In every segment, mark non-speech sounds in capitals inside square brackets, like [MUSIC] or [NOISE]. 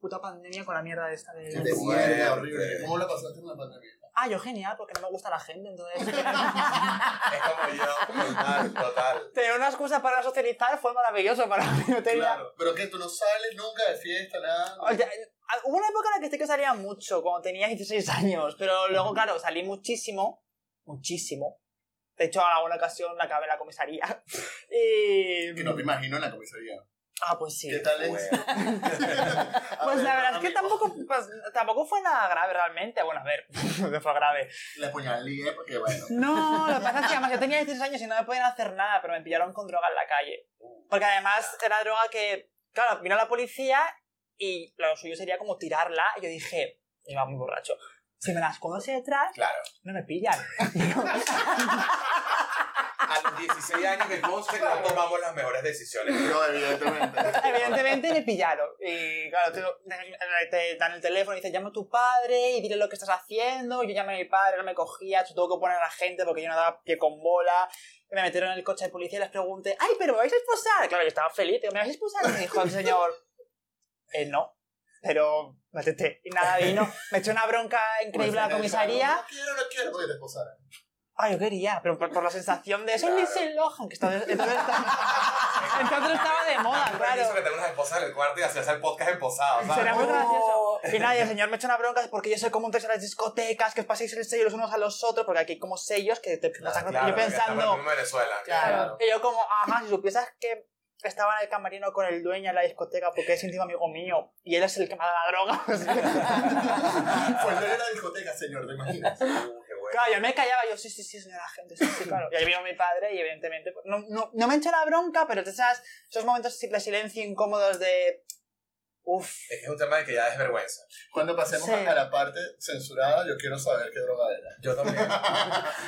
Puta pandemia con la mierda esta de... Te muere, horrible. ¿Cómo la pasaste en la pandemia? [LAUGHS] Ah, yo genial, porque no me gusta la gente, entonces... [LAUGHS] Es como yo, total, total. Tener una excusa para socializar fue maravilloso para mí. No tenía... Claro, pero que tú no sales nunca de fiesta, nada. O sea, hubo una época en la que sí que salía mucho, cuando tenía 16 años, pero luego, claro, salí muchísimo, muchísimo. De hecho, en alguna ocasión acabé en la comisaría. [LAUGHS] Y... Que no me imagino en la comisaría. Ah, pues sí. ¿Qué tal es? [LAUGHS] Pues la verdad es que oh, tampoco, pues, tampoco fue nada grave realmente. Bueno, a ver, [LAUGHS] que fue grave. La puñalía, porque bueno. No, lo que pasa es que además yo tenía 16 años y no me podían hacer nada, pero me pillaron con droga en la calle. Porque además era droga que, claro, vino la policía y lo suyo sería como tirarla. Y yo dije, iba muy borracho, si me la escondo hacia detrás, [LAUGHS] Claro. no me pillan. A los 16 años en Monster no tomamos las mejores decisiones. [LAUGHS] No, evidentemente. [LAUGHS] Evidentemente me pillaron. Y claro, te, te dan el teléfono y dicen, llama a tu padre y dile lo que estás haciendo. Yo llamé a mi padre, no me cogía, yo tuve que poner a la gente porque yo no daba pie con bola. Y me metieron en el coche de policía y les pregunté, ay, pero me vais a expulsar. Claro, yo estaba feliz, digo, ¿me vais a expulsar? Y me dijo el señor, eh, no, pero métete. Y nada, vino. Me echó una bronca increíble Pues a la comisaría. No quiero, no quiero, porque te esposaran. Ay, yo quería, pero por, por la sensación de eso, ni se Lohan, que estaba, entonces, estaba, entonces estaba de moda, claro. Permiso que tengo unas esposas en el cuarto y así hacer podcast en posado, ¿sabes? [LAUGHS] Será muy gracioso. Y nadie, el señor me echa una bronca porque yo soy como un tercero de las discotecas, que os paséis el sello los unos a los otros, porque aquí hay como sellos que te pasan Claro, Yo que estamos pensando. en Venezuela. Claro. Y yo como, ajá, si supieras que estaba en el camarino con el dueño de la discoteca porque es íntimo amigo mío y él es el que me da la droga. [LAUGHS] pues, [LAUGHS] Fue el dueño de la discoteca, señor, ¿te imaginas? Uh, qué bueno. claro, yo me callaba, yo sí, sí, sí, señora gente, sí, sí, claro. Y ahí vino mi padre y evidentemente, pues, no, no, no me echó la bronca, pero te sabes, esos momentos de silencio incómodos de... Uf, Es que es un tema de que ya es vergüenza. Cuando pasemos Sí. a la parte censurada, yo quiero saber qué droga era. Yo también.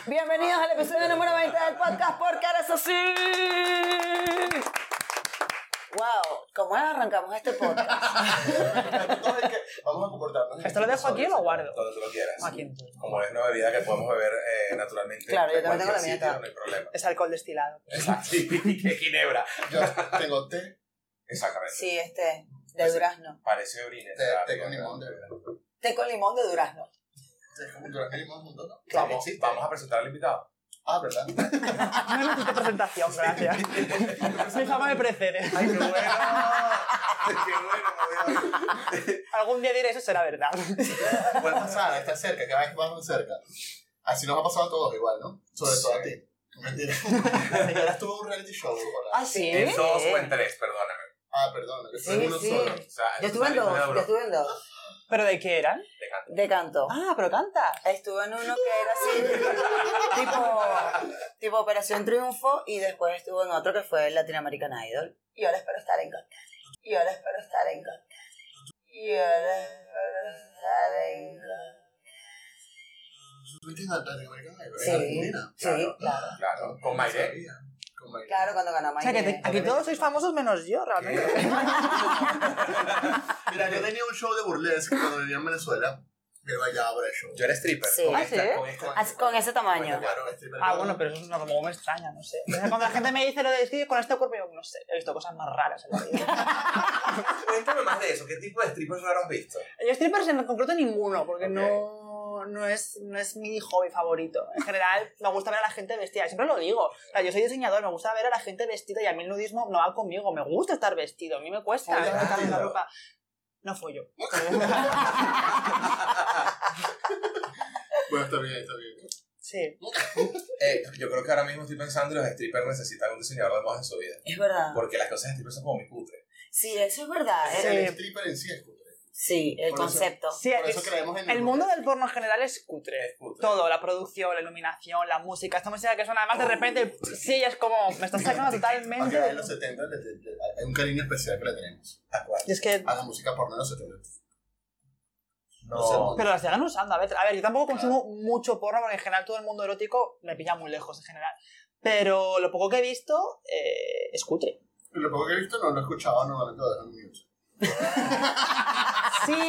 Bienvenidos al episodio número 20 del podcast porque ahora es así. Wow, ¿cómo arrancamos este [LAUGHS] podcast? Entonces, ¿qué? Vamos a comportarnos. ¿esto lo dejo aquí o lo guardo? Cuando tú lo quieras. Aquí entonces. Como es una bebida que podemos beber eh, naturalmente. Claro, yo también en tengo la cualquier mía sitio, No hay problema. Es alcohol destilado. [LAUGHS] Sí, que ginebra. Yo tengo té, Exactamente. Sí, este, de durazno. Parece orines. té, ¿verdad? té con limón, de verdad. Té con limón de durazno. Té con durazno y limón junto, ¿no? Vamos, Existe. vamos a presentar al [LAUGHS] invitado. Ah, ¿verdad? No me necesito presentación, gracias. Mi fama me precede. ¡Ay, qué bueno! ¡Qué bueno, por Dios. Algún día diré eso será verdad. Puede pasar, está cerca, cada vez más cerca. Así nos ha pasado a todos igual, ¿no? Sobre todo a ti. Mentira. Ahora estuvo en un reality show, ¿verdad? Ah, sí. ¿Eh? En dos o en tres, perdóname. Ah, perdón, que fue Sí, uno sí. solo. O sea, Yo estuve en dos, yo estuve en dos. ¿Pero de qué eran? De canto. Ah, pero canta. Estuve en uno que era así, tipo, tipo Operación Triunfo, y después estuve en otro que fue Latin American Idol. Y ahora espero estar en Contest. Y ahora espero estar en Contest. Y ahora espero estar en Contest. ¿Tú entiendes al Atlético Americano? Sí, Argentina. sí, claro. Claro, con No Maire. sabía. Con Maire. Claro, cuando ganó O sea, que te- Maite. aquí todos sois famosos menos yo, realmente. Mira, yo tenía un show de burlesque cuando vivía en Venezuela. Que bailaba para el show. Yo era stripper. Sí. Con Ah, esta- ¿sí? con esta- Así- Con ese tamaño. Claro, stripper. Ah, bueno, pero eso es una- como me extraña, no sé. O sea, Cuando la gente me dice lo de decir con este cuerpo, yo no sé, he visto cosas más raras en la vida. Cuéntame más de eso. ¿Qué tipo de strippers habrás visto? Yo strippers en concreto ninguno, porque no, no, es, no es mi hobby favorito. En general, me gusta ver a la gente vestida, siempre lo digo. O sea, yo soy diseñador, me gusta ver a la gente vestida y a mí el nudismo no va conmigo, me gusta estar vestido, a mí me cuesta Follar estar en la vestido. ropa. No follo. Bueno, está bien, está bien. Sí. Eh, yo creo que ahora mismo estoy pensando que los strippers necesitan un diseñador de moda en su vida. Es Ah. verdad. Porque las cosas de strippers son como muy cutre. Sí, eso es verdad. ¿eh? El Sí. stripper en sí es cutre. Sí, el Por eso- concepto. Sí, Por eso es- creemos en el mundo del porno en general es cutre. Es cutre. Todo, la producción, la iluminación, la música, esta música que suena además de repente, sí, es como, me estás sacando Aunque totalmente. en los 70 le- le- le- hay un cariño especial que le tenemos. ¿A cuál? Y es que A la música porno de los 70. No sé, no. Pero las sigan usando. A ver, a ver, yo tampoco consumo mucho porno porque en general todo el mundo erótico me pilla muy lejos en general. Pero lo poco que he visto eh, es cutre. Lo poco que he visto no lo he escuchado, normalmente lo dejo en mute. Sí.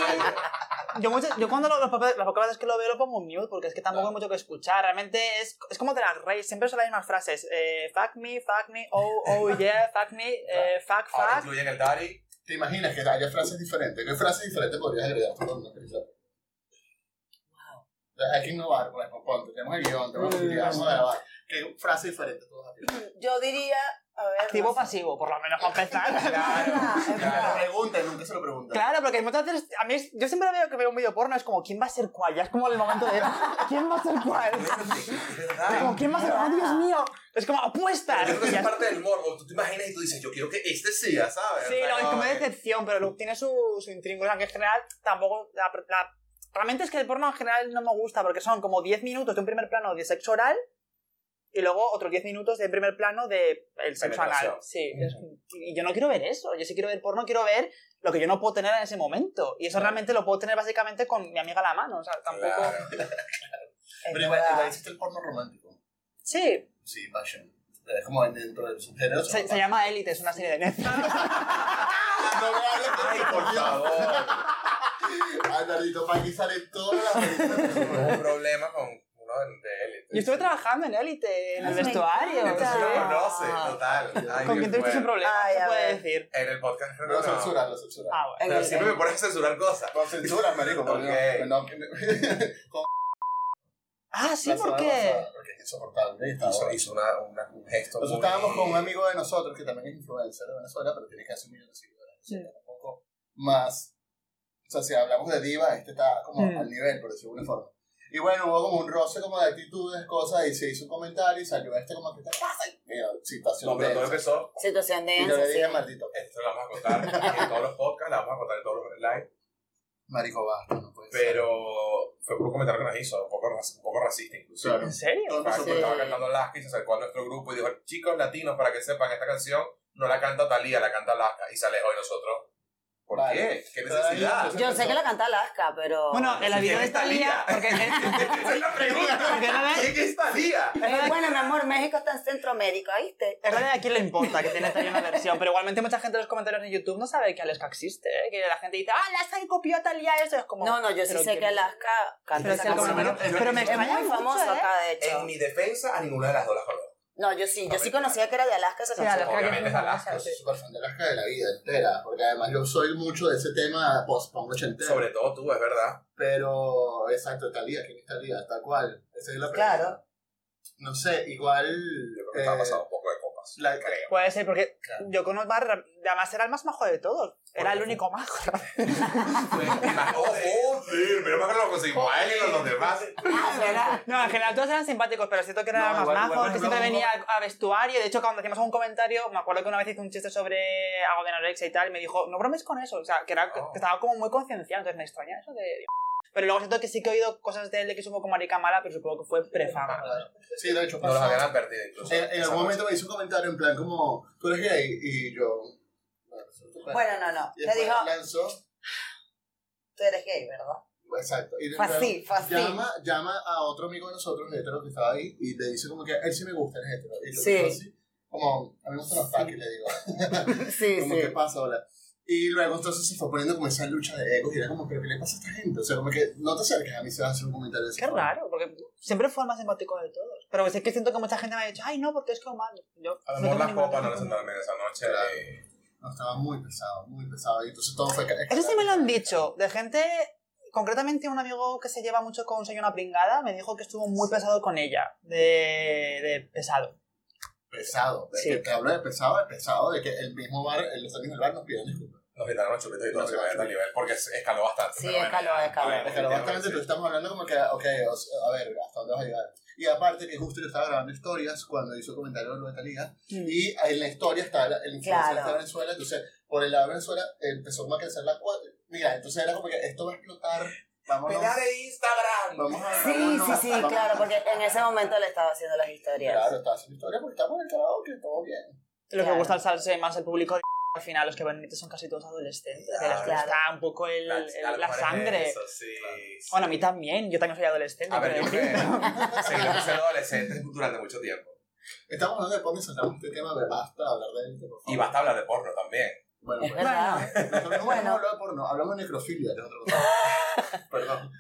Yo, mucho- yo cuando lo, las pocas- las pocas veces que lo veo lo pongo en mute porque es que tampoco hay mucho que escuchar. Realmente es, es como de las reyes. Siempre son las mismas frases. Eh, fuck me, fuck me, oh, oh yeah, fuck me, eh, fuck, Ahora fuck. incluyen el daddy. ¿Te imaginas que haya frases diferentes? ¿Qué frases diferentes podrías agregar tú cuando escribes? Hay que innovar, por ejemplo, ponte, tenemos el guión, tenemos el guión, vamos a grabar. ¿Qué frase diferente todos aquí? Yo diría, a ver. Activo no sé. pasivo, por lo menos para empezar. Claro, claro. Pregunta, nunca se lo preguntan. Claro, porque muchas veces, a mí, es- yo siempre veo que veo un video porno, es como, ¿quién va a ser cuál? Ya es como el momento de, ¿quién va a ser cuál? Es Es verdad. como, ¿quién va a ser cuál? ¡Oh, Dios mío! Es como, Yo apuestas. creo que Y eso ya es está. parte del morbo. Tú te imaginas y tú dices, yo quiero que este sea, ¿sabes? Sí, O sea, no, es no, como eh, decepción, pero lo- tiene su, su intríngulis, aunque en general tampoco... la- la- realmente es que el porno en general no me gusta, porque son como 10 minutos de un primer plano de sexo oral y luego otros 10 minutos de primer plano de el sexo anal. Penetración. Sí, es- y yo no quiero ver eso, yo sí quiero ver porno, quiero ver lo que yo no puedo tener en ese momento. Y eso realmente lo puedo tener básicamente con mi amiga a la mano, o sea, tampoco... claro. Es Pero igual, verdad. igual existe el porno romántico. Sí, Sí, Passion. Es como dentro del subgénero. se, se llama Élite, es una serie de Netflix. No me hables de Ay, ti, por favor. Andalito, para aquí sale todas las películas. Tuve un problema con uno de- de él. Yo estuve trabajando en Élite, Este. en el Ay, me vestuario. encanta. Entonces sí. lo conoce, total. Ay, ¿Con quién qué tuviste bueno. ese problema? Ay, se a puede ver. decir. En el podcast creo que Lo no. censura, lo censura. Ah, bueno. Pero siempre me pones a censurar cosas. Lo censura, marico, porque Ok. no. no- Ah, sí, la ¿por semana qué? pasada, Porque es insoportable. estaba- Hizo, hizo una, una- un gesto. Nosotros muy- estábamos con un amigo de nosotros que también es influencer de Venezuela, pero tiene casi un millón de seguidores. O sea, era Un poco más. O sea, si hablamos de diva, este está como Mm. al nivel, por decirlo de alguna forma. Y bueno, hubo como un roce como de actitudes, cosas, y se hizo un comentario y salió este como que te pasa. Y, Mira, situación No, pero todo de empezó. Situación de Y yo le dije, ansiedad. maldito, Esto lo vamos a contar en todos los podcasts, lo vamos a contar en todos los live. marico, basta, no puede ser. Pero fue por un comentario que nos hizo, un poco, raci- un poco racista incluso. Claro. ¿En serio? Todo empezó Porque por- pues, estaba cantando Alaska y se acercó a nuestro grupo y dijo, chicos latinos, para que sepan, esta canción no la canta Talía, la canta Alaska. Y se alejó de nosotros. ¿Por Vale. qué? ¿Qué necesidad? Yo sé que la canta Alaska, pero. Bueno, el avión ¿Quién es está Thalía? lía [LAUGHS] porque [LAUGHS] Esa es la [LAUGHS] pregunta. [LAUGHS] porque no ves- ¿Quién es Talía? Eh, bueno, mi amor, México está en Centroamérica, ¿viste? en realidad a quién le importa que tiene ahí una versión, pero igualmente mucha gente en los comentarios de YouTube no sabe que Alaska existe, ¿eh? que la gente dice, ah, Alaska copió a Talía eso, es como... No, no, yo sí Oh, pero sé que- que Alaska canta Pero, esa sí, como- canción. pero, me Es extraña muy famoso mucho, ¿eh? acá, de hecho. En mi defensa, a ninguna de las dos las conozco. No, yo sí, yo sí conocía que era de Alaska esa Sí, canción. Alaska, que Obviamente es muy es Alaska, famosa, Yo sí. soy súper fan de Alaska de la vida entera, porque además yo soy mucho de ese tema post-punk ochentero. Sobre todo tú, es verdad. Pero, exacto, Talía, ¿quién es Talía? Tal cual. Esa es la pregunta. Claro. No sé, igual. Yo creo que estaba eh, pasado un poco de copas. la- [LAUGHS] creo. Puede ser, porque Claro. yo conozco más, además era el más majo de todos, era el único majo. ¡Oh, joder! Pero me acuerdo que lo conseguimos a él y a los demás. No, en general todos eran simpáticos, pero siento que No, era más igual- majo, igual- que siempre venía a, a vestuario. De hecho, cuando hacíamos un comentario, me acuerdo que una vez hice un chiste sobre algo de anorexia y tal, y me dijo, no bromes con eso. O sea, que, era, que No. estaba como muy concienciado, entonces me extraña eso de... Pero luego siento que sí que he oído cosas de él de que es un poco marica mala, pero supongo que fue prefama. eh, Sí, de hecho, No los pasó. habían advertido incluso. en, en algún momento me hizo un comentario en plan como, tú eres gay, y yo... Bueno, no, no. y Le después dijo, lanzó, tú eres gay, ¿verdad? exacto. Y Fue así, luego fue así. Llama, llama a otro amigo de nosotros, hetero, que estaba ahí, y le dice como que, él sí me gusta, es hetero. Y lo Sí. dijo así, como, a mí me gustan los taquis, le digo. Sí, como, sí. ¿qué pasa ahora? Y luego entonces se fue poniendo como esa lucha de egos, y era como, ¿pero qué le pasa a esta gente? O sea, como que, no te acerques a mí se va a hacer un comentario de esa Qué forma. raro, porque siempre fue el más simpático de todos. Pero es que siento que mucha gente me ha dicho, ay, no, porque es que Omar... Yo, A lo no mejor tengo las ninguna copas relación no le con sentaron bien esa noche. Claro. y- No, estaba muy pesado, muy pesado, y entonces todo fue... Eso sí me lo han dicho, de gente, concretamente un amigo que se lleva mucho con Soy una pringada, me dijo que estuvo muy pesado con ella, de, de pesado. pesado. De Sí. que te hablo de pesado, de pesado, de que el mismo bar, en los amigos del bar nos piden disculpas. Nos quitaron los chupitos y todo Nos se quitaron a este nivel porque se- escaló bastante. Sí, pero bueno, escaló, ya. escaló. A ver, Porque lo bastante, sí. pero estamos hablando como que, ok, o sea, a ver, ¿hasta dónde vas a llegar? Y aparte que justo yo estaba grabando historias cuando hizo el comentario de lo de Talía, y en la historia está la- el influencer Mm. Claro. de Venezuela, entonces por el lado de Venezuela empezó como a crecer la cuadra. Mira, entonces era como que esto va a explotar, vámonos, Pelea de Instagram. vamos a... Sí, vámonos, sí, sí, vamos- claro, porque en ese momento le estaba haciendo las historias. Claro, está haciendo historia porque estamos en el karaoke, todo bien. Lo que Claro. gusta al salse más el público de [LAUGHS] Al final, los que van son casi todos adolescentes. que les Claro. está un poco el, La, el- a lo la mejor es sangre. eso, sí, sí. Bueno, a mí también. Yo también soy adolescente. A ver, pero- yo [LAUGHS] creo que seguiremos siendo adolescentes durante mucho tiempo. Estamos hablando de porno y soltamos este tema, pero basta hablar de él, por favor. Y basta hablar de porno también. Bueno, Es bueno. verdad. Nosotros no Bueno. hablamos de porno, hablamos de necrofilia, que es otra cosa. Perdón.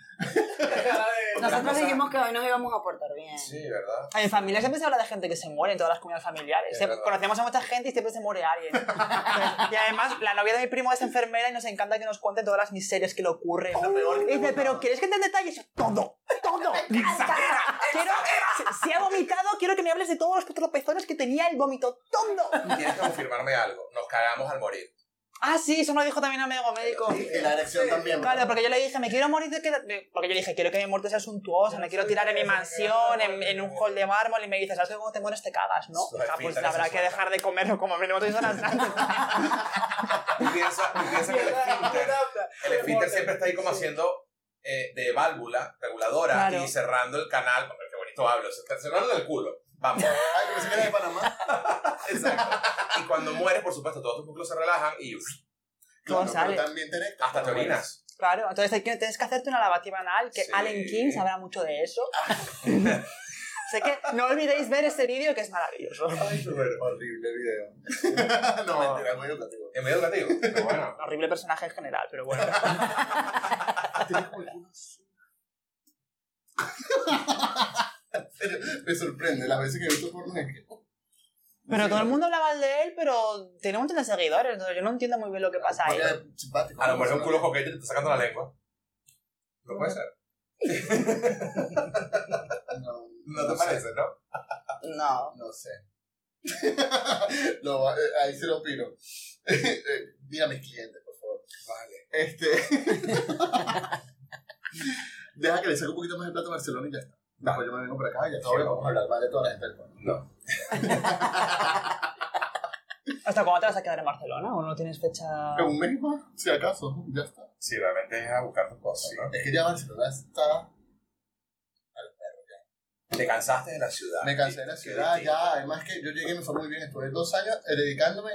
Nosotros dijimos que hoy nos íbamos a portar bien. Sí, ¿verdad? En familia siempre se habla de gente que se muere en todas las comunidades familiares. Es Se- verdad. conocemos a mucha gente y siempre se muere alguien. y además, la novia de mi primo es enfermera y nos encanta que nos cuente todas las miserias que le ocurren. Es lo peor que Y te dice, puede pero pasar". ¿quieres que te dé detalles? Todo, todo. Quiero, si, si ha vomitado, quiero que me hables de todos los tropezones que tenía el vómito. [LAUGHS] Todo. Tienes que confirmarme algo. Nos cagamos al morir. Ah, sí, eso me lo dijo también un amigo médico. Y la erección también. Claro, porque yo le dije, me quiero morir de que... de- Porque yo le dije, quiero que mi muerte sea suntuosa, me quiero tirar en mi mansión, en, en un hall de mármol, y me dice, ¿sabes que cuando te mueres te cagas, no? Suave, Ah, pues pinta que habrá se que suelta. dejar de comerlo como mínimo seis horas [LAUGHS] antes. Y piensa, y piensa que el esfínter, el esfínter siempre está ahí como haciendo eh, de válvula reguladora Claro. y cerrando el canal. Porque qué bonito hablo. Se está cerrando el culo. Vamos. Ay, pero si eres de Panamá. [LAUGHS] Exacto. Y cuando mueres, por supuesto, todos tus músculos se relajan y uff, Todo Claro, sale. pero también tenés. hasta te orinas. Claro, entonces hay que- tienes que hacerte una lavativa anal, que Sí. Allen King sabrá mucho de [LAUGHS] eso. Sé que no olvidéis ver ese vídeo que es maravilloso. Ay, súper horrible video. [LAUGHS] no, mentira, es muy educativo. En medio educativo. Pero bueno. Horrible personaje en general, pero bueno. Tenés como el culo azul. Pero me sorprende, las veces que he visto porno es que. Pero todo el mundo hablaba de él, pero tiene un montón de seguidores, entonces yo no entiendo muy bien lo que pasa ahí. Porque es simpático. A lo mejor un culo coquete te está sacando la lengua. No puede ser. No, ¿No te parece, no? No, no sé. [LAUGHS] Lo va- eh, ahí se lo opino. [LAUGHS] Eh, Dile a mis clientes, por favor. Vale. Este. [LAUGHS] Deja que le saque un poquito más de plato a Barcelona y ya está. Después yo me vengo por acá y ya está. Vamos a hablar mal de toda la gente del pueblo. No. ¿Hasta cuándo te vas a quedar en Barcelona o no tienes fecha? En un mes más, si acaso, ya está. Sí, realmente es a buscar tus cosas, ¿no? Es que ya Barcelona está. Te cansaste de la ciudad. Me cansé de la Qué ciudad distinto. ya. Además que yo llegué y me fue muy bien. Estuve dos años dedicándome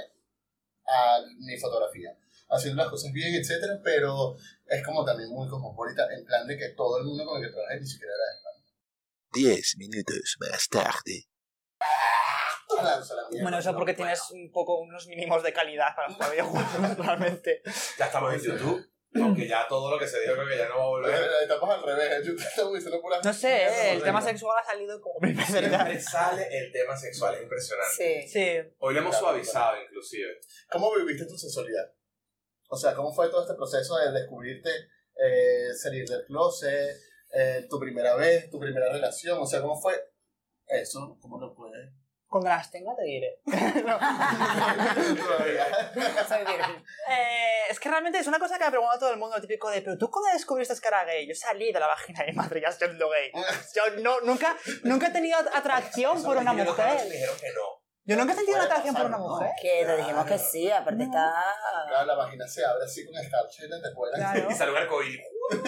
a mi fotografía. Haciendo las cosas bien, etcétera, pero es como también muy cosmopolita, en plan de que todo el mundo con el que trabajé ni siquiera era de España. 10 minutos más tarde. Claro, o sea, Ah, la mierda, Bueno, eso no, porque bueno. tienes un poco unos mínimos de calidad para jugar videojuegos, [LAUGHS] realmente. Ya estamos en YouTube. Aunque ya todo lo que se dijo creo que ya no va a volver. Pero Estamos al revés, yo [LAUGHS] estaba diciendo puras No sé, mierdas, ¿eh? el no tema sé. sexual ha salido como mi Siempre sale el tema sexual, es impresionante. Sí. [LAUGHS] Sí. Hoy lo hemos suavizado, inclusive. ¿Cómo viviste tu sexualidad? O sea, ¿cómo fue todo este proceso de descubrirte, eh, salir del closet, eh, tu primera vez, tu primera relación? O sea, ¿cómo fue eso? ¿Cómo lo puedes? Cuando las tenga te diré. Todavía. Soy virgen. Eh, es que realmente es una cosa que me pregunta todo el mundo, típico de, pero tú cómo descubriste que era gay? Yo salí de la vagina de mi madre, ya soy lo gay. Yo no, nunca, nunca he tenido atracción por una Yo creo que Me mujer. dijeron que no. Yo nunca he sentido una Puede atracción por una pasar, ¿no? mujer. Que te dijimos que sí, aparte está. Claro, Ah, la vagina se abre así con escarcha y te pueden. Claro. Y salió un arcoíris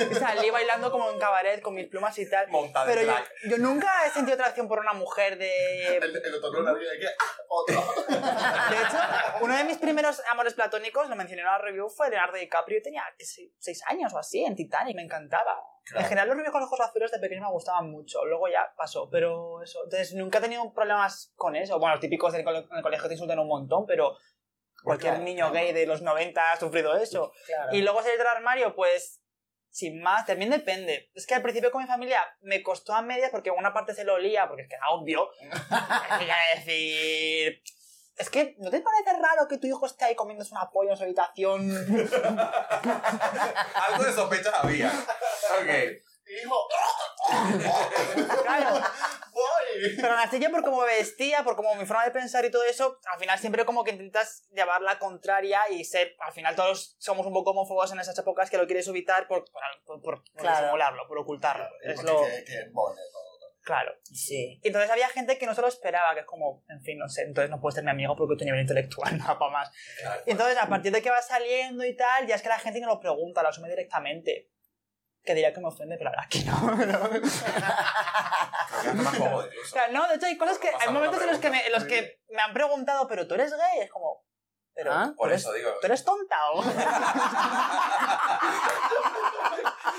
Y salí bailando como en cabaret con mis plumas y tal. montado Pero en yo, black. yo nunca he sentido atracción por una mujer de... El, el doctor Leonardo de que, ¡ah! Otro. De hecho, uno de mis primeros amores platónicos, lo mencioné en la review, fue Leonardo DiCaprio. Yo tenía qué sé, seis años o así en Titanic, me encantaba. En general, los niños con ojos azules de pequeño me gustaban mucho. Luego ya pasó, pero eso. Entonces, nunca he tenido problemas con eso. Bueno, los típicos del cole- en el colegio te insultan un montón, pero cualquier Claro, niño gay de los 90 ha sufrido eso. Claro. Y luego salir del armario, pues, sin más, también depende. Es que al principio con mi familia me costó a medias porque una parte se lo olía, porque es que era obvio. Quería decir... Es que, ¿no te parece raro que tu hijo esté ahí comiéndose una polla en su habitación? Algo de sospechas había. [LAUGHS] Ok. Hijo, claro. voy. Pero así yo por cómo me vestía, por cómo mi forma de pensar y todo eso, al final siempre como que intentas llevar la contraria y ser, al final todos somos un poco homófobos en esas épocas que lo quieres evitar por, por, por, por Claro. disimularlo, por ocultarlo. Es Porque lo... Que, que embole todo. Claro. Sí. Y entonces había gente que no se lo esperaba, que es como, en fin, no sé, entonces no puedes ser mi amigo porque tu nivel intelectual [LAUGHS] no va para más. Y entonces, a partir de que va saliendo y tal, ya es que la gente no lo pregunta, lo asume directamente. Que diría que me ofende, pero ahora aquí no. [LAUGHS] ¿no? Creo que es más cómodo O incluso. sea, no, de hecho hay cosas que, hay Pasamos la momentos en los que, me, en los pregunta. que me han preguntado, pero tú eres gay, es como... Pero, Ah, Por pero eso digo. ¿Tú eres tonta o...? [LAUGHS]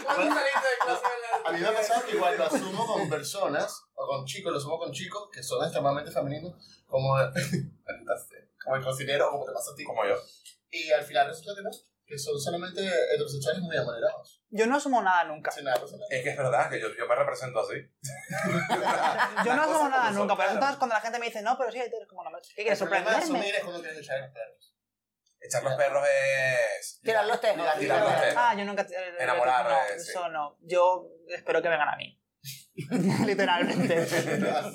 ¿Cuándo saliste de clase de la- A mí me ha pasado que igual lo asumo con personas, o con chicos, lo asumo con chicos que son extremadamente femeninos, como, [LAUGHS] como el cocinero, como te pasa a ti. Como yo. Y al final resulta que no, que son solamente heterosexuales muy amanerados. Yo no asumo nada nunca. Sin nada personal. Es que es verdad que yo, yo me represento así. Yo no asumo Las cosas nada como son, nunca, pero claro. entonces cuando la gente me dice, no, pero sí, eres como no, ¿qué quieres, El problema de sorprenderme? asumir es cuando quieres echar los [LAUGHS] perros. Echar los perros es. Tirar los tejos. Tirar- tirar los tejos. Ah, yo nunca... Enamorar, no, eh, sí. eso no. Yo espero que vengan a mí. Literalmente. Ah,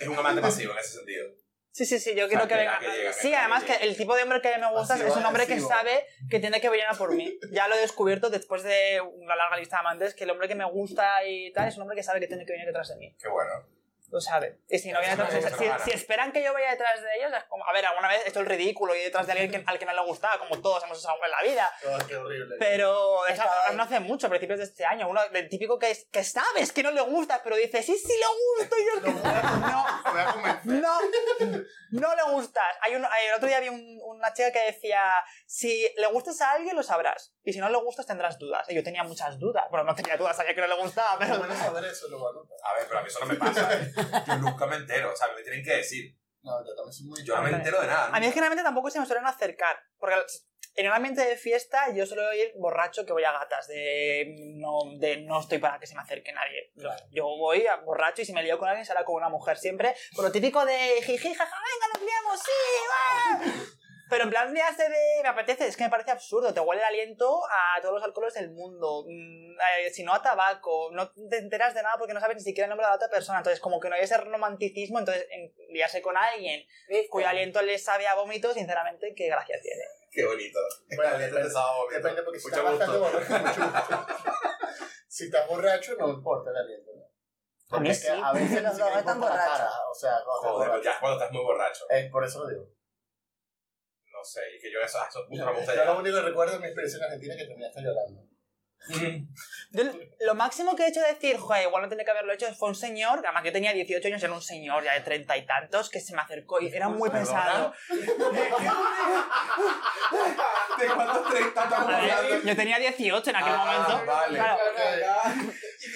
Es un amante pasivo en ese sentido. Sí, sí, sí, yo sea, quiero que que venga. la que llega, Sí, que la además que que llega. el tipo de hombre que me gusta Pasivo, es un hombre que agresivo. sabe que tiene que venir a por mí. Ya lo he descubierto después de una larga lista de amantes, que el hombre que me gusta y tal es un hombre que sabe que tiene que venir detrás de mí. Qué bueno. Lo sabe. Y si no viene Es una detrás, o sea, cosa rara. si, si esperan que yo vaya detrás de ellos, es como, a ver, alguna vez esto es ridículo y detrás de alguien que- al que no le gustaba, como todos hemos hecho algo en la vida. Oh, qué horrible. Pero es- Está bien. no hace mucho, a principios de este año, uno del típico que, es- que sabes que no le gusta, pero dice, sí, sí le gusto, y yo es que no. Te voy a comentar. No, no le gustas. Hay un, hay- el otro día vi un- una chica que decía, si le gustas a alguien lo sabrás, y si no le gustas tendrás dudas. Y yo tenía muchas dudas. Bueno, no tenía dudas, sabía que no le gustaba, Por lo pero... menos saber eso lo valoro. A ver, pero a mí eso no me pasa. ¿eh? Yo nunca me entero, ¿sabes? Me tienen que decir. No, yo también soy muy... Yo no me entero de nada. A mí es que realmente tampoco se me suelen acercar, porque en un ambiente de fiesta yo suelo ir borracho que voy a gatas, de no, de no estoy para que se me acerque nadie. Yo voy a borracho y si me lío con alguien será con una mujer siempre, por lo típico de jiji, jaja, venga, nos liamos, sí, va. Pero en plan liarse de me apetece, es que me parece absurdo, te huele el aliento a todos los alcoholes del mundo, mm, eh, si no a tabaco, no te enteras de nada porque no sabes ni siquiera el nombre de la otra persona, entonces como que no hay ese romanticismo, entonces en- liarse con alguien cuyo aliento le sabe a vómito, sinceramente, qué gracia tiene. Qué bonito. Bueno, Realmente depende- te estaba moviendo. Depende, porque si Mucho estás bastante gusto. borracho, mucho gusto. [LAUGHS] Si estás borracho, no importa el aliento. ¿no? A mí Porque es que sí. A [LAUGHS] veces ni Los siquiera dos están importa la cara, borrachos. O sea, cuando estás Joder, pero borracho. ya es cuando estás muy borracho. Eh, por eso lo digo. No sé, y que yo eso, a esos puntos no me gusta Yo lo llegar. único que recuerdo es mi experiencia en Argentina que terminaste llorando. Yo lo máximo que he hecho de decir, joder, igual no tenía que haberlo hecho, fue un señor, que además yo tenía 18 años, era un señor ya de treinta y tantos, que se me acercó y era muy pesado. ¿De cuántos 30 estamos hablando? Yo tenía 18 en aquel Ah, momento. vale. Claro. Ok.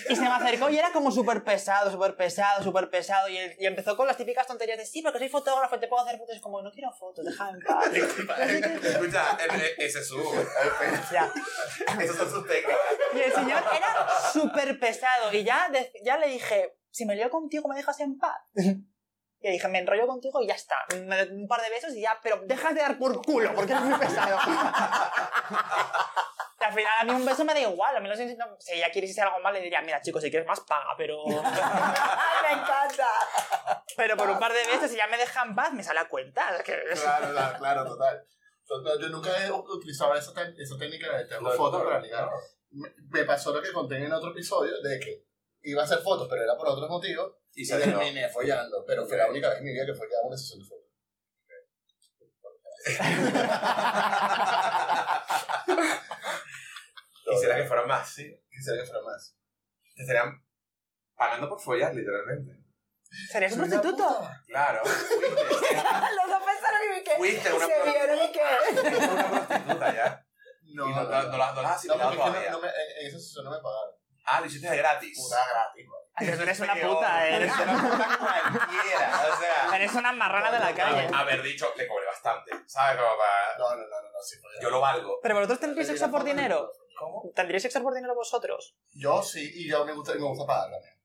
Y se me acercó y era como súper pesado, súper pesado, súper pesado. Y, él- y empezó con las típicas tonterías de, sí, porque soy fotógrafo y te puedo hacer fotos. Y como, no quiero fotos, déjame en paz. Escucha, el- el- ese es su. Ya. Esas son sus técnicas. Y el señor [LAUGHS] era súper pesado. Y ya, de- ya le dije, si me lío contigo, me dejas en paz. [LAUGHS] Y le dije, me enrollo contigo y ya está. Me doy un par de besos y ya, pero dejas de dar por culo, porque eres muy pesado. [LAUGHS] Y al final, a mí un beso me da igual. A mí no sé si, no- si ella quiere irse algo mal, le diría, mira, chicos, si quieres más, paga, [LAUGHS] pero... ¡Ay, me encanta! Pero por un par de besos, si ya me deja en paz, me sale a cuenta. Es que- Claro, claro, claro, total. So, no, Yo nunca he utilizado esa, te- esa técnica de hacer Lo de fotos para fotógrafo, ligar. Me, me pasó lo que conté en otro episodio de que iba a hacer fotos, pero era por otros motivos. Y Y se llenó. terminé follando, pero fue la única vez en mi vida que follaba una sesión de fotos. Quisiera que fueran más, sí. Quisiera que fuera más. Te estarían pagando por follar, literalmente. ¿Serías un prostituto? Claro. Ah, Los dos pensaron y vi que Fuiste una se vieron y que... Fuiste una prostituta ya. No, y no, Ah, no, no, no las no las has No, porque asimilado es que no- todavía. no me- en, en esa sesión no me pagaron. Ah, lo hiciste de gratis. Puta gratis. güey. Ay, pero tú eres una puta, ¿eh? Eres una puta cualquiera. O sea. Eres una marrana de la calle. Haber dicho, le cobré bastante. ¿Sabes cómo para- No, no, no, no, no, sí follaba. Yo lo valgo. Pero vosotros tendríais Pero sexo por tampoco- dinero. ¿Cómo? ¿Tendríais sexo por dinero vosotros? Yo sí, y yo me gusta, me gusta pagar también.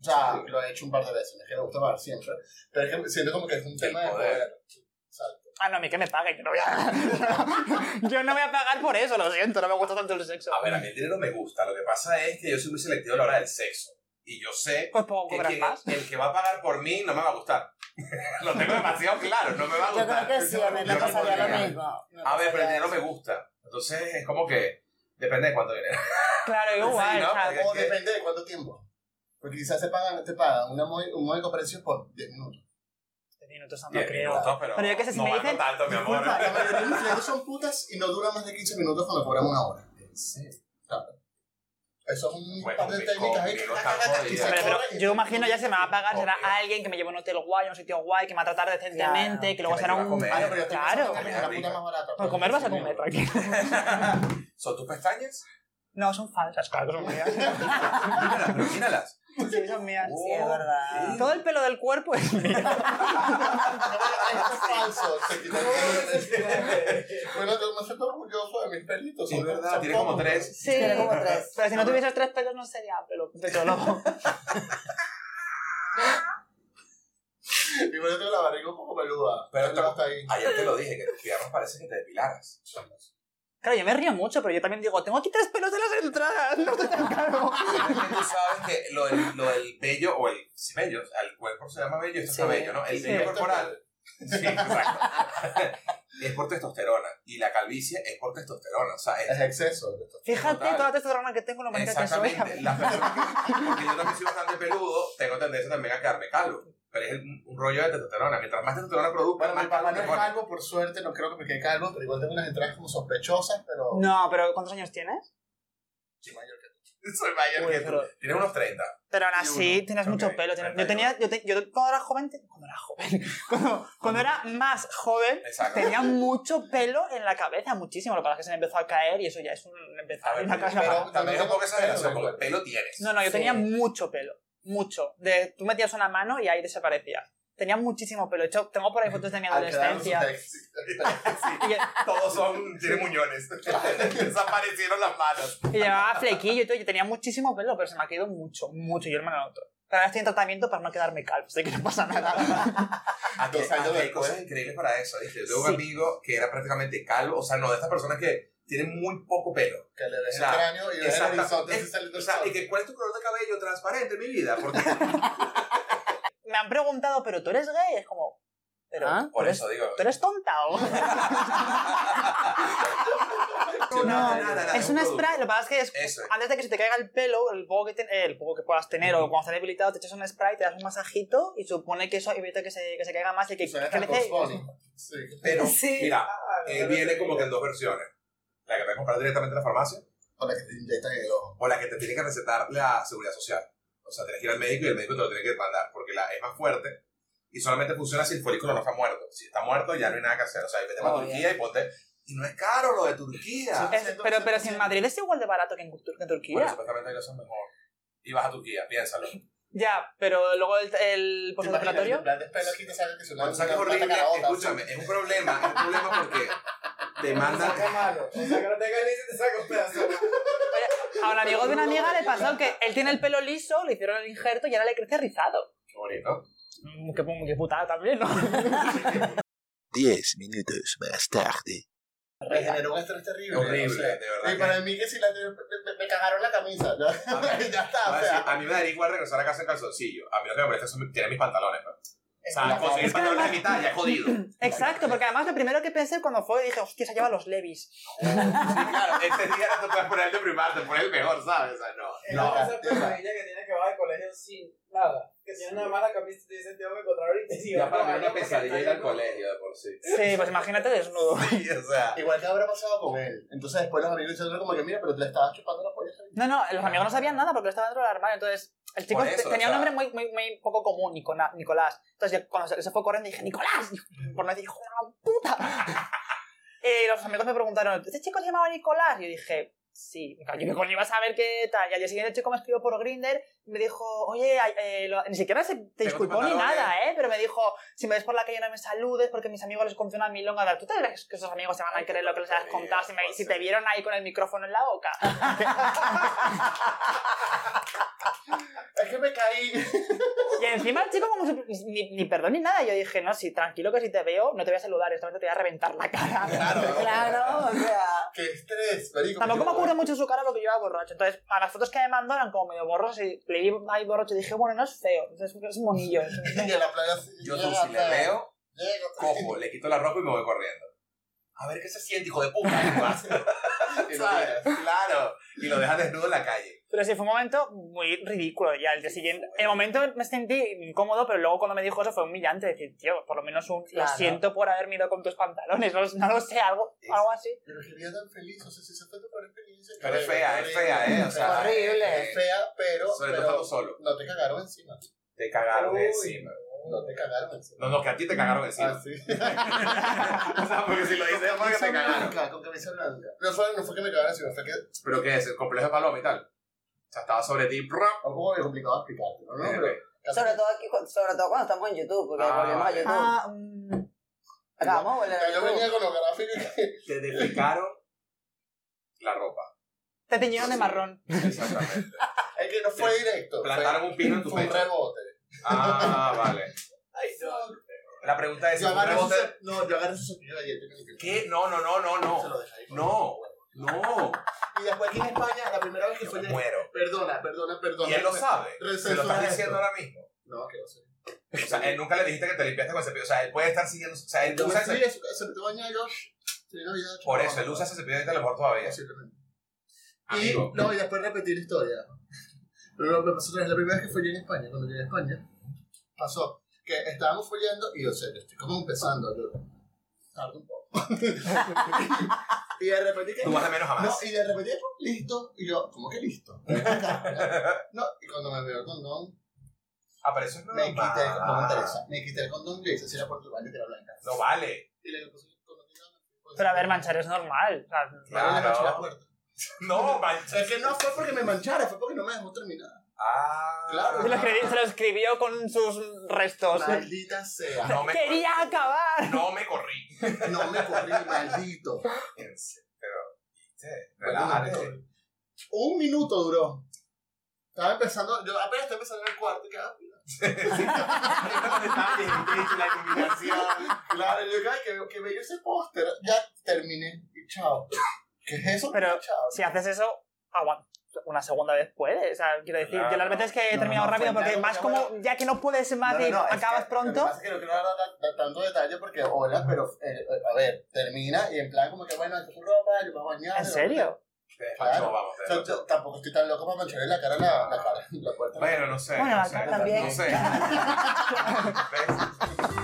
O sea, lo he hecho un par de veces, no es que me gusta pagar siempre, pero es que siento como que es un tema de poder. poder. Exacto. Ah, no, a mí que me paguen, que no voy a... [LAUGHS] yo no voy a pagar por eso, lo siento, no me gusta tanto el sexo. A ver, a mí el dinero me gusta. Lo que pasa es que yo soy muy selectivo a la hora del sexo. Y yo sé Pues poco que cobras quien- más. el que va a pagar por mí no me va a gustar. [LAUGHS] lo tengo demasiado claro, no me va a Yo gustar. creo que sí, a mí me Yo no pasaría podría. lo mismo. Me A ver, pero el pasaría dinero eso. me gusta. Entonces es como que depende de cuánto dinero. Claro, igual, Sí, o ¿no? sea, Porque- O que- depende de cuánto tiempo. Porque quizás te pagan, te pagan una mo- un módico precio por 10 minutos. diez minutos no Diez creo. minutos, pero, Pero yo qué sé, si no me valgo dicen- tanto, mi amor. Disculpa, la mayoría de los empleados son putas y no dura más de 15 minutos cuando cobran una hora. Sí. Claro. Eso es un Bueno, par de me técnicas ahí. comí, que no ta, está ta, ta, jodido. y se Hombre, pero corren y- yo imagino ya se me va a pagar, será Obvio. alguien que me lleve a un hotel guay, a un sitio guay, que me va a tratar decentemente, Claro. que luego Que me será lleva a un... comer. Ah, no, pero yo estoy claro. pensando que es la puta más barata. pues. Por comer vas a comer, tranquilo. [LAUGHS] ¿Son tus pestañas? No, son falsas, claro, son mías. [LAUGHS] Mírala, [LAUGHS] pero míralas. Sí, son mías. Sí, es verdad. Todo el pelo del cuerpo es mío. Esto es [LAUGHS] falso. se quita el pelo. Bueno, yo me siento orgulloso de mis pelitos. Sí, son- es verdad, son tiene como pocos. tres. Sí. Tiene como tres. Pero si no tuvieses tres pelos no sería pelo de [LAUGHS] lobo. Y bueno, yo tengo la barriga un poco peluda. Pero Pero hasta ahí. Ayer te lo dije, que tus piernas parece que te depilaras. Claro, yo me río mucho, pero yo también digo, tengo aquí tres pelos de las entradas, no estoy tan calvo. Pero es que tú sabes que lo del, lo del vello o el sí, vello, al cuerpo se llama vello, esto Sí. es cabello, ¿no? El Sí. vello corporal. Sí, exacto. es por testosterona. Y la calvicie es por testosterona. O sea, Es es. exceso. [LAUGHS] Fíjate Total. toda la testosterona que tengo, lo manica que soy. Exactamente. Las personas que. Porque yo también soy bastante peludo, tengo tendencia también a quedarme calvo. Pero es un, un rollo de testosterona. Mientras más testosterona produzca, Bueno, más mi papá calvo no te es pones. calvo, por suerte, no creo que me quede calvo, pero igual tengo unas entradas como sospechosas, pero... No, pero ¿cuántos años tienes? Sí, mayor que tú. Soy mayor Uy, que tú. [LAUGHS] pero- Tienes unos 30. Pero aún así uno. tienes Ok, mucho pelo. tienes- Yo 31. tenía, yo, te- yo cuando era joven, te- cuando era joven, [LAUGHS] cuando, cuando era más joven, Exacto. tenía mucho pelo en la cabeza, muchísimo. Lo que pasa es que se me empezó a caer y eso ya es un... Empezó A a ver, una cabeza. pero- También es un poco Pero- exageración, pero- porque pelo tienes. No, no, yo Sí. tenía mucho pelo. Mucho. De, tú metías una mano y ahí desaparecía. Tenía muchísimo pelo. De hecho, tengo por ahí fotos [LAUGHS] de mi Al quedar en su adolescencia. text. Y, lle- Todos son, tienen muñones. [LAUGHS] Desaparecieron las manos. y llevaba flequillo y todo. Yo tenía muchísimo pelo, pero se me ha caído mucho, mucho. Yo el al otro. Pero ahora estoy en tratamiento para no quedarme calvo, así que no pasa nada. Aquí, Dos años aquí hay después. cosas increíbles para eso. ¿viste? Yo tengo un Sí. amigo que era prácticamente calvo, o sea, no, de estas personas que tienen muy poco pelo. Que le ves O sea, el cráneo y ves el Exacta- horizonte es- así saliendo o el sea, sol. y que cuál es tu color de cabello transparente, mi vida. [LAUGHS] Porque, me han preguntado, ¿pero tú eres gay? Es como, ¿pero ¿Ah? por eso digo. ¿tú eres tonta o...? No, nada, nada, nada, es un una producto. spray, lo que pasa es que es- Eso es. antes de que se te caiga el pelo, el poco que, ten- eh, el poco que puedas tener o cuando estés debilitado, te echas un spray, te das un masajito y supone que eso evita que se, que se caiga más y que Suena crece. hasta Bugs y- Bunny. Sí. Ah, Pero, Sí. mira, eh, viene como que en dos versiones. La que te comprar directamente en la farmacia O la que te inyectan en el ojo. o la que te tiene que recetar la seguridad social. O sea, tienes que ir al médico y el médico te lo tiene que mandar porque la, es más fuerte y solamente funciona si el folículo no está muerto. Si está muerto, ya no hay nada que hacer. O sea, vete para Oh, Obvio. Turquía y ponte. Y no es caro lo de Turquía. Es- pero, pero si en Madrid es igual de barato que en, Tur- que en Turquía. Bueno, supuestamente ellos son mejor. Y vas a Turquía, piénsalo. [LAUGHS] ya, pero luego el, el ¿Te imaginas que postoperatorio. En plan de pelo aquí te sale que se Bueno, ¿sabes qué es horrible? Escúchame, es un problema. Es un problema porque te mandan. [LAUGHS] Oye, A un amigo de una amiga le pasó que él tiene el pelo liso, le hicieron el injerto y ahora le crece rizado. Qué bonito. Mm, Qué, qué putada también, ¿no? 10 minutos más tarde. Me generó un estrés Qué terrible. horrible, o sea, de verdad. Y que- para mí que si la, me, me- me cagaron la camisa. ¿no? [LAUGHS] ver, ya está, Ah, o sí, sea. a mí me daría igual regresar a casa en calzoncillo. A mí lo que me molesta son tiene mis pantalones. ¿no? O sea, la- conseguir es que pantalones de mi además- talla, es jodido. [LAUGHS] Exacto, porque además lo primero que pensé cuando fue dije, hostia, se lleva los Levis. Sí, claro, este día no te puedes poner el de primar, te pones el mejor, ¿sabes? O sea, no. No. esa pesadilla que tiene que bajar al colegio sin nada. Que tiene una mala camisa y te dicen, tengo que encontrar ahorita. Y Ya para mí no, era una porque pesadilla está ir al lleno. colegio de por sí. [LAUGHS] Sí, pues imagínate desnudo. Sí, o sea. Igual que habrá pasado con él. Entonces después los amigos dicen como que mira, pero te la estabas chupando la polla. No, no, los amigos no sabían nada porque él estaba dentro del armario. Entonces, el chico Por eso, te- tenía o un sea- nombre muy, muy, muy poco común, Nicona- Nicolás. Entonces, yo cuando se, se fue corriendo dije, Nicolás, por no decir, hijo de la puta. [LAUGHS] y los amigos me preguntaron, ¿este chico se llamaba Nicolás? Y yo dije, sí, claro, yo no iba a saber qué tal. Y al día siguiente el chico me escribió por Grinder me dijo, oye, ay, eh, lo- ni siquiera se te Tengo disculpó tus ni pantalones. nada, ¿eh? Pero me dijo, si me ves por la calle no me saludes porque mis amigos les conté una milonga. ¿Tú te crees que esos amigos se van a Ay, qué creer lo que les has tontería, contado si, me- José. si te vieron ahí con el micrófono en la boca? Es que me caí. Y encima el chico como su- ni, ni perdón ni nada. Yo dije, no, sí, tranquilo que si te veo no te voy a saludar, exactamente te voy a reventar la cara. [LAUGHS] Claro, o sea. Qué estrés, marico. Tampoco me Yo- acuerdo mucho su cara porque yo era borracho. Entonces, a las fotos que me mandó eran como medio borrosos y le vi ahí borracho y dije, bueno, no es feo, es, es monillo. es- [LAUGHS] Y en la playa así, Yo llega, tú, si le o sea, veo, llega, cojo, le quito la ropa y me voy corriendo. A ver qué se siente, hijo de puta. y vas, y lo ¿sabes? miras. Claro. Y lo dejas desnudo en la calle. Pero sí, fue un momento muy ridículo. Y al día siguiente, en el momento me sentí incómodo, pero luego cuando me dijo eso fue humillante. Decir, tío, por lo menos un Claro. lo siento por haberme ido con tus pantalones, no, no lo sé, algo, algo así. Pero quería tan feliz, o sea, si se fue tu pareja feliz. 15. Pero es fea, es fea, ¿eh? O sea, Horrible. Es fea, pero, Sobre todo pero estando solo. no te cagaron encima. Te cagaron Uy. encima. No te cagaron encima. No, no, que a ti te cagaron encima. Ah, sí. [LAUGHS] o sea, porque si lo dices es [LAUGHS] porque te Camisa cagaron. blanca, con camisa blanca. No fue, no fue que me cagaron encima, fue que Pero que es el complejo de paloma y tal. O sea, estaba sobre ti. ¡prrap! un poco complicado explicarte, ¿no? no pero, Sobre todo, aquí, cu- sobre todo cuando estamos en YouTube, porque Ah, volvemos a vale. YouTube. Ah, mm, Acá vamos a volver a yo venía YouTube. con los gráficos que Te defecaron la ropa. te teñieron de marrón. Exactamente. [LAUGHS] es que no fue directo. fue- Plantaron un pino en tu fue un pecho. rebote. Ah, vale. Ay, no. La pregunta es: Yo ¿fue un agarré rebote? ese- No, yo agarré ese cepillo de dientes. que me quedó. ¿Qué? No, no, no, no, Se no. lo dejé ahí. No, no. Y después aquí en España, la primera vez que Yo fue. me muero. Perdona, perdona, perdona. Y él lo sabe. Se lo Recenso estás esto. diciendo ahora mismo. No, que no sé. O sea, él nunca le dijiste que te limpiaste con el cepillo. O sea, él puede estar siguiendo. O sea, él Yo usa me fui, ese eso- eso me tengo añadido. Sí, no, ya, Por no, eso, no, él no, usa ese cepillo ahorita a lo mejor todavía. posiblemente. Y, Amigo. no, y después repetir la historia. Pero lo que pasó otra vez, la primera vez que fui yo en España, cuando llegué a España, pasó que estábamos follando y yo sé, yo estoy como empezando, yo tardo un poco. [LAUGHS] y de repente que... Tú vas de menos a No, más. y de repente, listo, y yo, ¿cómo que listo? no, y cuando me veo el condón, Ah, pero eso es me quité el condón, normal. Teresa, me quité el condón y le hice así la por tu baño que era blanca. No vale. Y le puse el condón y yo, Pero a ver, manchar es normal. o sea, Claro, le manché la Claro. puerta. No, mancha. Es que no fue porque me manchara, fue porque no me dejó terminar. Ah. [LAUGHS] Claro. se, lo escribió, se lo escribió con sus restos. Maldita sea. No me, Quería acabar. no me corrí. No me corrí, maldito. En serio, Pero, viste, relájate. Un minuto duró. Estaba empezando, yo apenas estaba empezando en el cuarto y quedaba. mira. La iluminación. ah, Claro, yo dije, ay, que, que bello ese póster. Ya terminé. Y chao. ¿Qué es eso? Pero- chao. Si haces eso, aguanta. Una segunda vez puede, o sea, quiero decir, Claro. yo las veces que he No, terminado no, rápido, fue porque largo, más ya como, ya que no puedes más No, no, y no, es acabas que- Lo que pronto, pasa es que no quiero dar, dar- dar tanto detalle porque hola, pero eh, a ver, termina y en plan como que bueno, esta es tu ropa, yo me voy a bañar. ¿en serio? Te despachó, O vamos. te sea, despachó. yo tampoco estoy tan loco para mancharle la cara [LAUGHS] la, la cara. La puerta. [LAUGHS] Bueno, no sé. Bueno, no la sé, cara también. No sé.